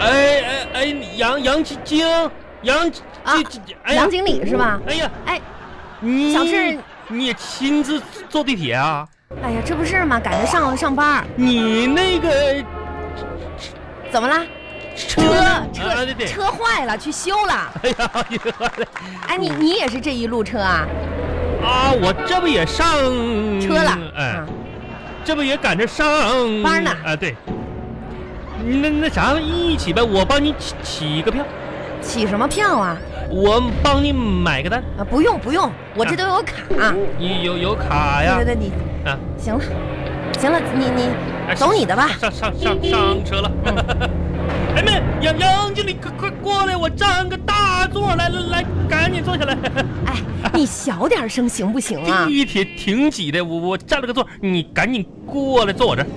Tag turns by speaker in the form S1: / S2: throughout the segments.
S1: 哎杨杨晶晶杨晶
S2: 啊
S1: 晶，哎呀
S2: 杨，经理是吧？
S1: 哎呀，
S2: 哎，
S1: 你
S2: 小智
S1: 你亲自坐地铁啊？
S2: 哎呀，这不是嘛，赶着上上班儿，
S1: 你那个
S2: 怎么啦？
S1: 车
S2: 车
S1: 呢啊对
S2: 车
S1: 对，
S2: 车坏了，去修了。
S1: 哎呀，你说的
S2: 哎，你你也是这一路车啊？
S1: 啊，我这不也上
S2: 车了？
S1: 哎
S2: 啊，，
S1: 这不也赶着上
S2: 班呢
S1: 啊，对。那那啥，一起呗，我帮你起起个票，
S2: 起什么票啊？
S1: 我帮你买个单，
S2: 啊，不用不用，我这都有卡。
S1: 你有有卡啊呀
S2: 对？对对，你
S1: 啊，
S2: 行了，行了，你你
S1: 哎
S2: 走你的吧。
S1: 上上上上车了。哎妹，杨杨经理，快快过来，我占个大座，来来来，赶紧坐下来。
S2: 哎，你小点声行不行啊？
S1: 地铁挺挤的，我我占了个座，你赶紧过来坐我这儿。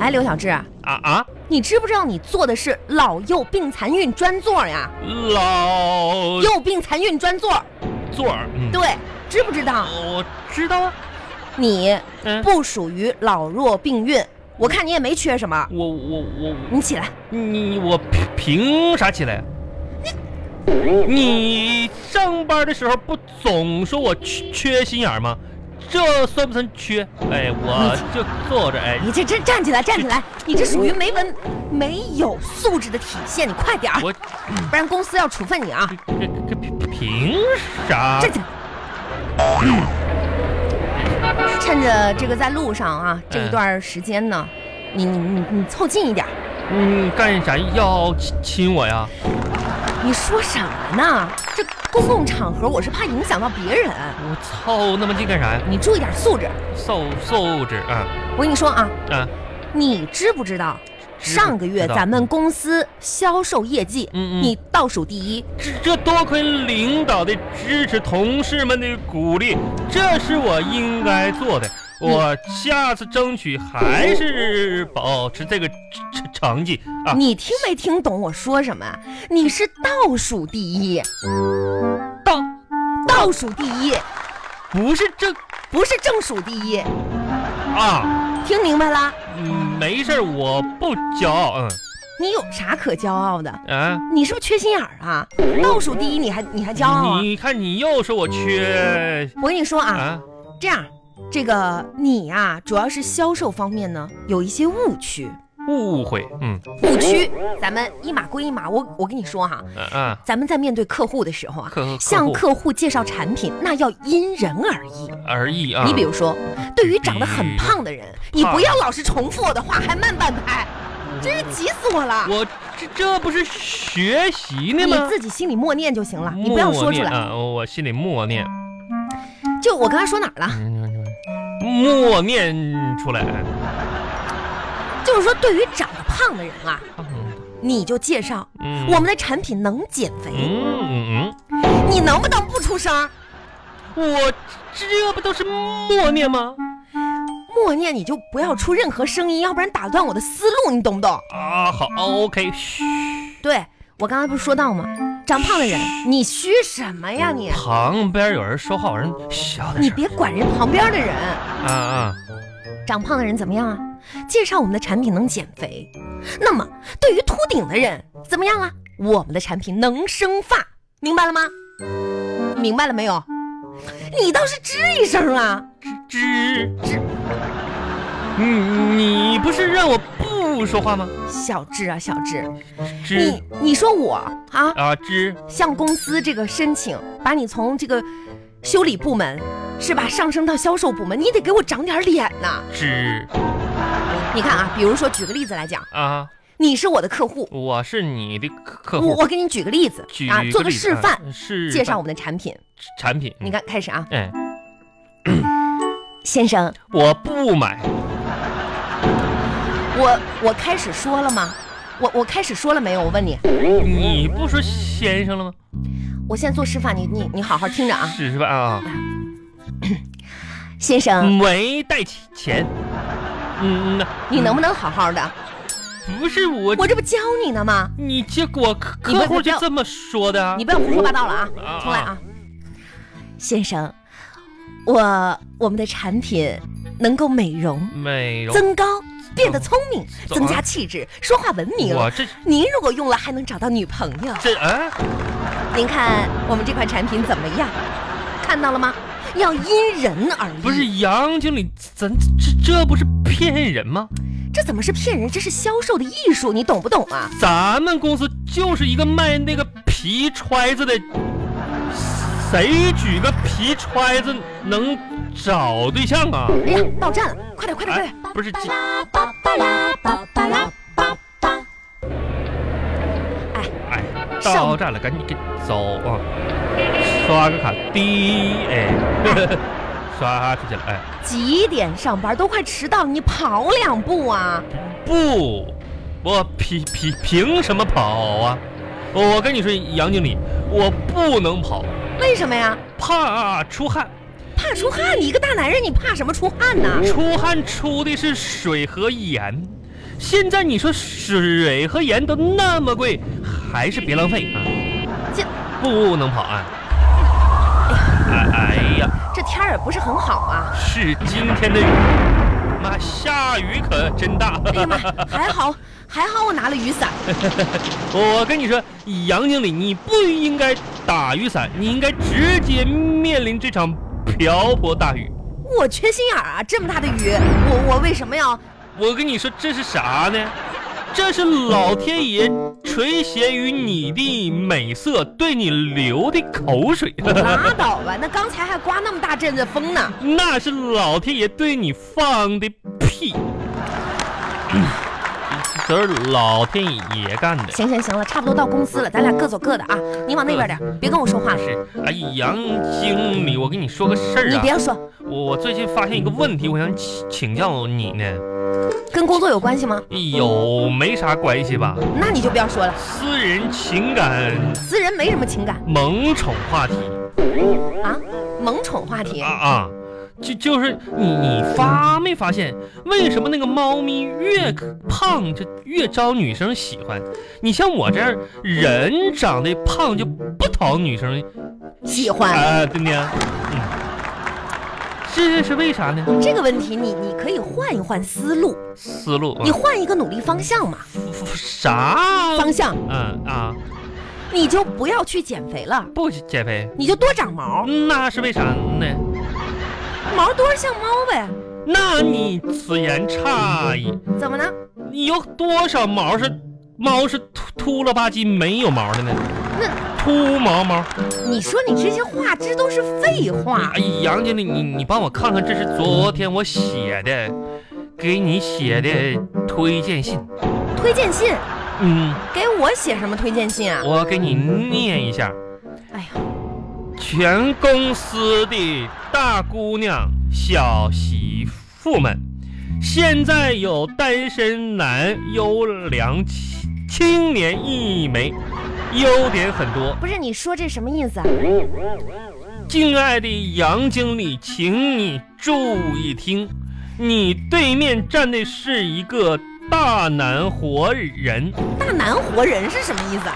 S2: 哎，刘小志，
S1: 啊啊，
S2: 你知不知道你坐的是老幼病残孕专座呀？
S1: 老
S2: 幼病残孕专座，
S1: 座儿，嗯，
S2: 对，知不知道？
S1: 我知道啊。
S2: 你
S1: 嗯，
S2: 不属于老弱病孕，我看你也没缺什么。
S1: 我我我
S2: 你起来，
S1: 你我凭凭啥起来、啊？你上班的时候不总说我缺缺心眼儿吗？这算不算缺？哎，我就坐着，哎，
S2: 你这这站起来，站起来，你这属于没文、没有素质的体现，你快点儿，
S1: 我
S2: 不然公司要处分你啊！
S1: 这这凭凭啥
S2: 站？起来。趁着这个在路上
S1: 嗯
S2: 啊，这一段时间呢，你你你你凑近一点儿，
S1: 你干啥要亲亲我呀？
S2: 你说什么呢？这公共场合我是怕影响到别人，
S1: 我操那么近干啥呀？
S2: 你注意点素质。
S1: 受受制啊
S2: 我跟你说啊，
S1: 啊，
S2: 你知不知道？
S1: 知
S2: 上个月
S1: 知道嗯
S2: 咱们公司销售业绩，
S1: 嗯嗯
S2: 你倒数第一，
S1: 这这多亏领导的支持，同事们的鼓励，这是我应该做的。我下次争取还是保持这个成成绩啊！
S2: 你听没听懂我说什么？你是倒数第一，
S1: 倒
S2: 倒数第一，
S1: 不是这
S2: 不是正数第一，
S1: 啊，
S2: 听明白啦？
S1: 嗯没事儿，我不骄傲，
S2: 你有啥可骄傲的？
S1: 嗯啊。
S2: 你是不是缺心眼儿啊？倒数第一你还你还骄傲啊？
S1: 你看你又说我缺
S2: 我跟你说啊，
S1: 啊？
S2: 这样，这个你呀、主要是销售方面呢有一些误区，
S1: 误会，嗯
S2: 误区，咱们一码归一码。我我跟你说哈、
S1: 啊啊，
S2: 咱们在面对客户的时候啊，
S1: 客客户
S2: 向客户介绍产品，那要因人而异。
S1: 而已啊。嗯
S2: 你比如说，对于长得很
S1: 比
S2: 胖的人，你
S1: 胖
S2: 不要老是重复我的话，还慢半拍，
S1: 嗯
S2: 真是急死我了。
S1: 我这这不是学习呢
S2: 啊你
S1: 吗？
S2: 自己心里默念就行了，你
S1: 默
S2: 不要说出
S1: 念
S2: 来。
S1: 啊！我心里默念，
S2: 就我刚才说哪儿了？
S1: 默念出来。
S2: 就是说，对于长得胖的人啊，
S1: 嗯
S2: 你就介绍
S1: 嗯
S2: 我们的产品能减肥，
S1: 嗯嗯
S2: 你能不能不出声儿？
S1: 嗯，我这不都是默念吗？
S2: 默念你就不要出任何声音，要不然打断我的思路，你懂不懂？
S1: 啊，好，OK，嘘，
S2: 对我刚才不是说到吗？长胖的人，你虚什么呀你？
S1: 旁边有人说话，我让小点
S2: 你
S1: 声
S2: 别管人旁边的人，
S1: 啊啊！
S2: 长胖的人怎么样啊？介绍我们的产品能减肥，那么对于秃顶的人怎么样啊？我们的产品能生发，明白了吗？明白了没有？你倒是吱一声啊！
S1: 吱吱，你你不是让我不说话吗？
S2: 小智啊，小智，
S1: 吱
S2: 你你说我啊，
S1: 啊吱，
S2: 向公司这个申请，把你从这个修理部门是吧，上升到销售部门，你得给我长点脸呐！
S1: 吱
S2: 你看啊，比如说举个例子来讲，
S1: 啊！
S2: 你是我的客户，
S1: 我是你的客客
S2: 我
S1: 户，
S2: 我给你举个例子
S1: 哦举
S2: 啊，
S1: 一
S2: 做个
S1: 例子
S2: 示
S1: 啊
S2: 范，
S1: 示
S2: 介绍
S1: 范
S2: 我们的产品。
S1: 产品。
S2: 你，看，开始啊，
S1: 哎，
S2: 先生，
S1: 我不买，
S2: 我我开始说了吗？我我开始说了没有？我问你，
S1: 你不说先生了吗？
S2: 我现在做示范，你你你好好听着啊，
S1: 是是吧？啊，
S2: 先
S1: 嗯
S2: 生，
S1: 没带钱。嗯嗯呐，
S2: 你能不能好好的？
S1: 不是我，
S2: 我这不教你呢吗？
S1: 你结果客
S2: 你不
S1: 客户
S2: 你不
S1: 就
S2: 要
S1: 这么说的啊
S2: 你？不要胡说八道了啊！
S1: 啊
S2: 重来啊，先生，我我们的产品能够美容、
S1: 美容哦
S2: 增高、变得聪明，
S1: 怎
S2: 增加气质，说话文明。
S1: 我这
S2: 您如果用了，还能找到女朋友。
S1: 这哎，
S2: 您看我们这款产品怎么样？看到了吗？要因人而异。
S1: 不是，杨经理，咱这这不是骗人吗？
S2: 这怎么是骗人？这是销售的艺术，你懂不懂啊？
S1: 咱们公司就是一个卖那个皮揣子的，谁举个皮揣子能找对象啊？
S2: 哎呀，到站了，快点，快点，快
S1: 哎
S2: 点！，
S1: 不是，这
S3: 巴巴拉巴巴拉巴巴。
S1: 哎，
S2: 上
S1: 到站了，赶紧给走啊！刷个卡，滴，哎，刷出去了， 哎，
S2: 几点上班？都快迟到了，你跑两步啊！
S1: 不，我凭凭凭什么跑啊？我跟你说，杨经理，我不能跑，
S2: 为什么呀？
S1: 怕出汗，
S2: 怕出汗，你一个大男人，你怕什么出汗呢？
S1: 出汗出的是水和盐。现在你说水和盐都那么贵，还是别浪费啊！
S2: 这
S1: 不能跑啊！哎哎呀！
S2: 这天儿也不是很好啊。
S1: 是今天的雨，妈下雨可真大。
S2: 哎呀妈，还好还好，我拿了雨伞。
S1: 我跟你说，杨经理，你不应该打雨伞，你应该直接面临这场瓢泼大雨。
S2: 我缺心眼儿啊！这么大的雨，我我为什么要？
S1: 我跟你说，这是啥呢？这是老天爷垂涎于你的美色，对你流的口水。
S2: 拉倒吧，那刚才还刮那么大阵子风呢。
S1: 那是老天爷对你放的屁，这是老天爷干的。
S2: 行行行了，差不多到公司了，咱俩各走各的啊。你往那边点儿，别跟我说话了。
S1: 是，哎，杨经理，我跟你说个事儿
S2: 你
S1: 啊，
S2: 别说，
S1: 我我最近发现一个问题，我想请请教你呢，
S2: 跟工作有关系吗？
S1: 有没啥关系吧？
S2: 那你就不要说了，
S1: 私人情感
S2: 私人没什么情感
S1: 萌宠话题
S2: 啊。萌宠话题
S1: 啊，啊，就就是你你发没发现，为什么那个猫咪越胖就越招女生喜欢？你像我这样人长得胖就不讨女生
S2: 喜欢
S1: 啊，对呢，嗯，这是为啥呢？
S2: 这个问题你，你可以换一换思路，
S1: 思路啊
S2: 你换一个努力方向嘛，
S1: 啥？
S2: 方向
S1: 嗯啊，
S2: 你就不要去减肥了，
S1: 不减肥，
S2: 你就多长毛，
S1: 那是为啥呢？
S2: 毛多像猫呗，
S1: 那你此言差矣，
S2: 怎么呢？
S1: 你有多少毛是猫是秃秃了吧唧没有毛的呢？
S2: 那
S1: 秃毛毛，
S2: 你说你这些话，这都是废话
S1: 哎，，杨经理，你你帮我看看，这是昨天我写的，给你写的推荐信。
S2: 推荐信
S1: 嗯，
S2: 给我写什么推荐信啊？
S1: 我给你念一下。
S2: 哎呀，
S1: 全公司的大姑娘、小媳妇们，现在有单身男优良青青年一枚，优点很多。
S2: 不是你说这什么意思啊？
S1: 敬爱的杨经理，请你注意听，你对面站的是一个大男活人。
S2: 大男活人是什么意思啊？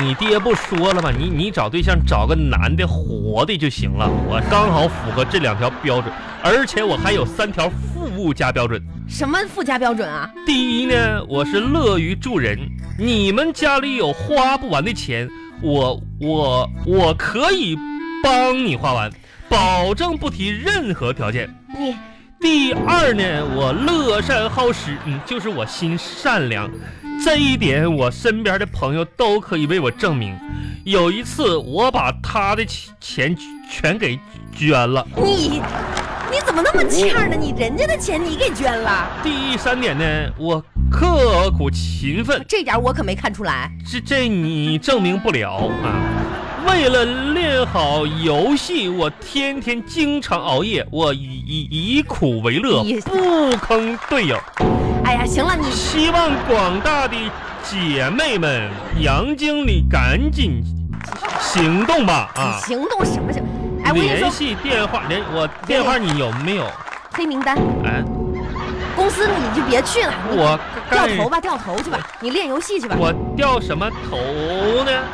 S1: 你爹不说了吗？你你找对象找个男的活的就行了，我刚好符合这两条标准，而且我还有三条附加标准。
S2: 什么附加标准啊？
S1: 第一呢，我是乐于助人，你们家里有花不完的钱，我我我可以帮你花完，保证不提任何条件。
S2: 你
S1: 第二呢，我乐善好施，嗯，就是我心善良，这一点我身边的朋友都可以为我证明。有一次，我把他的钱钱全给捐了。
S2: 你你怎么那么欠儿呢？你人家的钱你给捐了，
S1: 第三点呢，我刻苦勤奋，
S2: 这点我可没看出来。
S1: 这这你证明不了啊。为了练好游戏，我天天经常熬夜，我以以以苦为乐，
S2: 你
S1: 不坑队友。
S2: 哎呀，行了，你
S1: 希望广大的姐妹们，杨经理赶紧行动吧啊！
S2: 行动什么什么？哎，我跟你
S1: 联
S2: 说，
S1: 系电话，联我电话你有没有？
S2: 黑名单，
S1: 哎，
S2: 公司你就别去了，你
S1: 我
S2: 掉
S1: 干
S2: 头吧，掉头去吧，你练游戏去吧。
S1: 我掉什么头呢？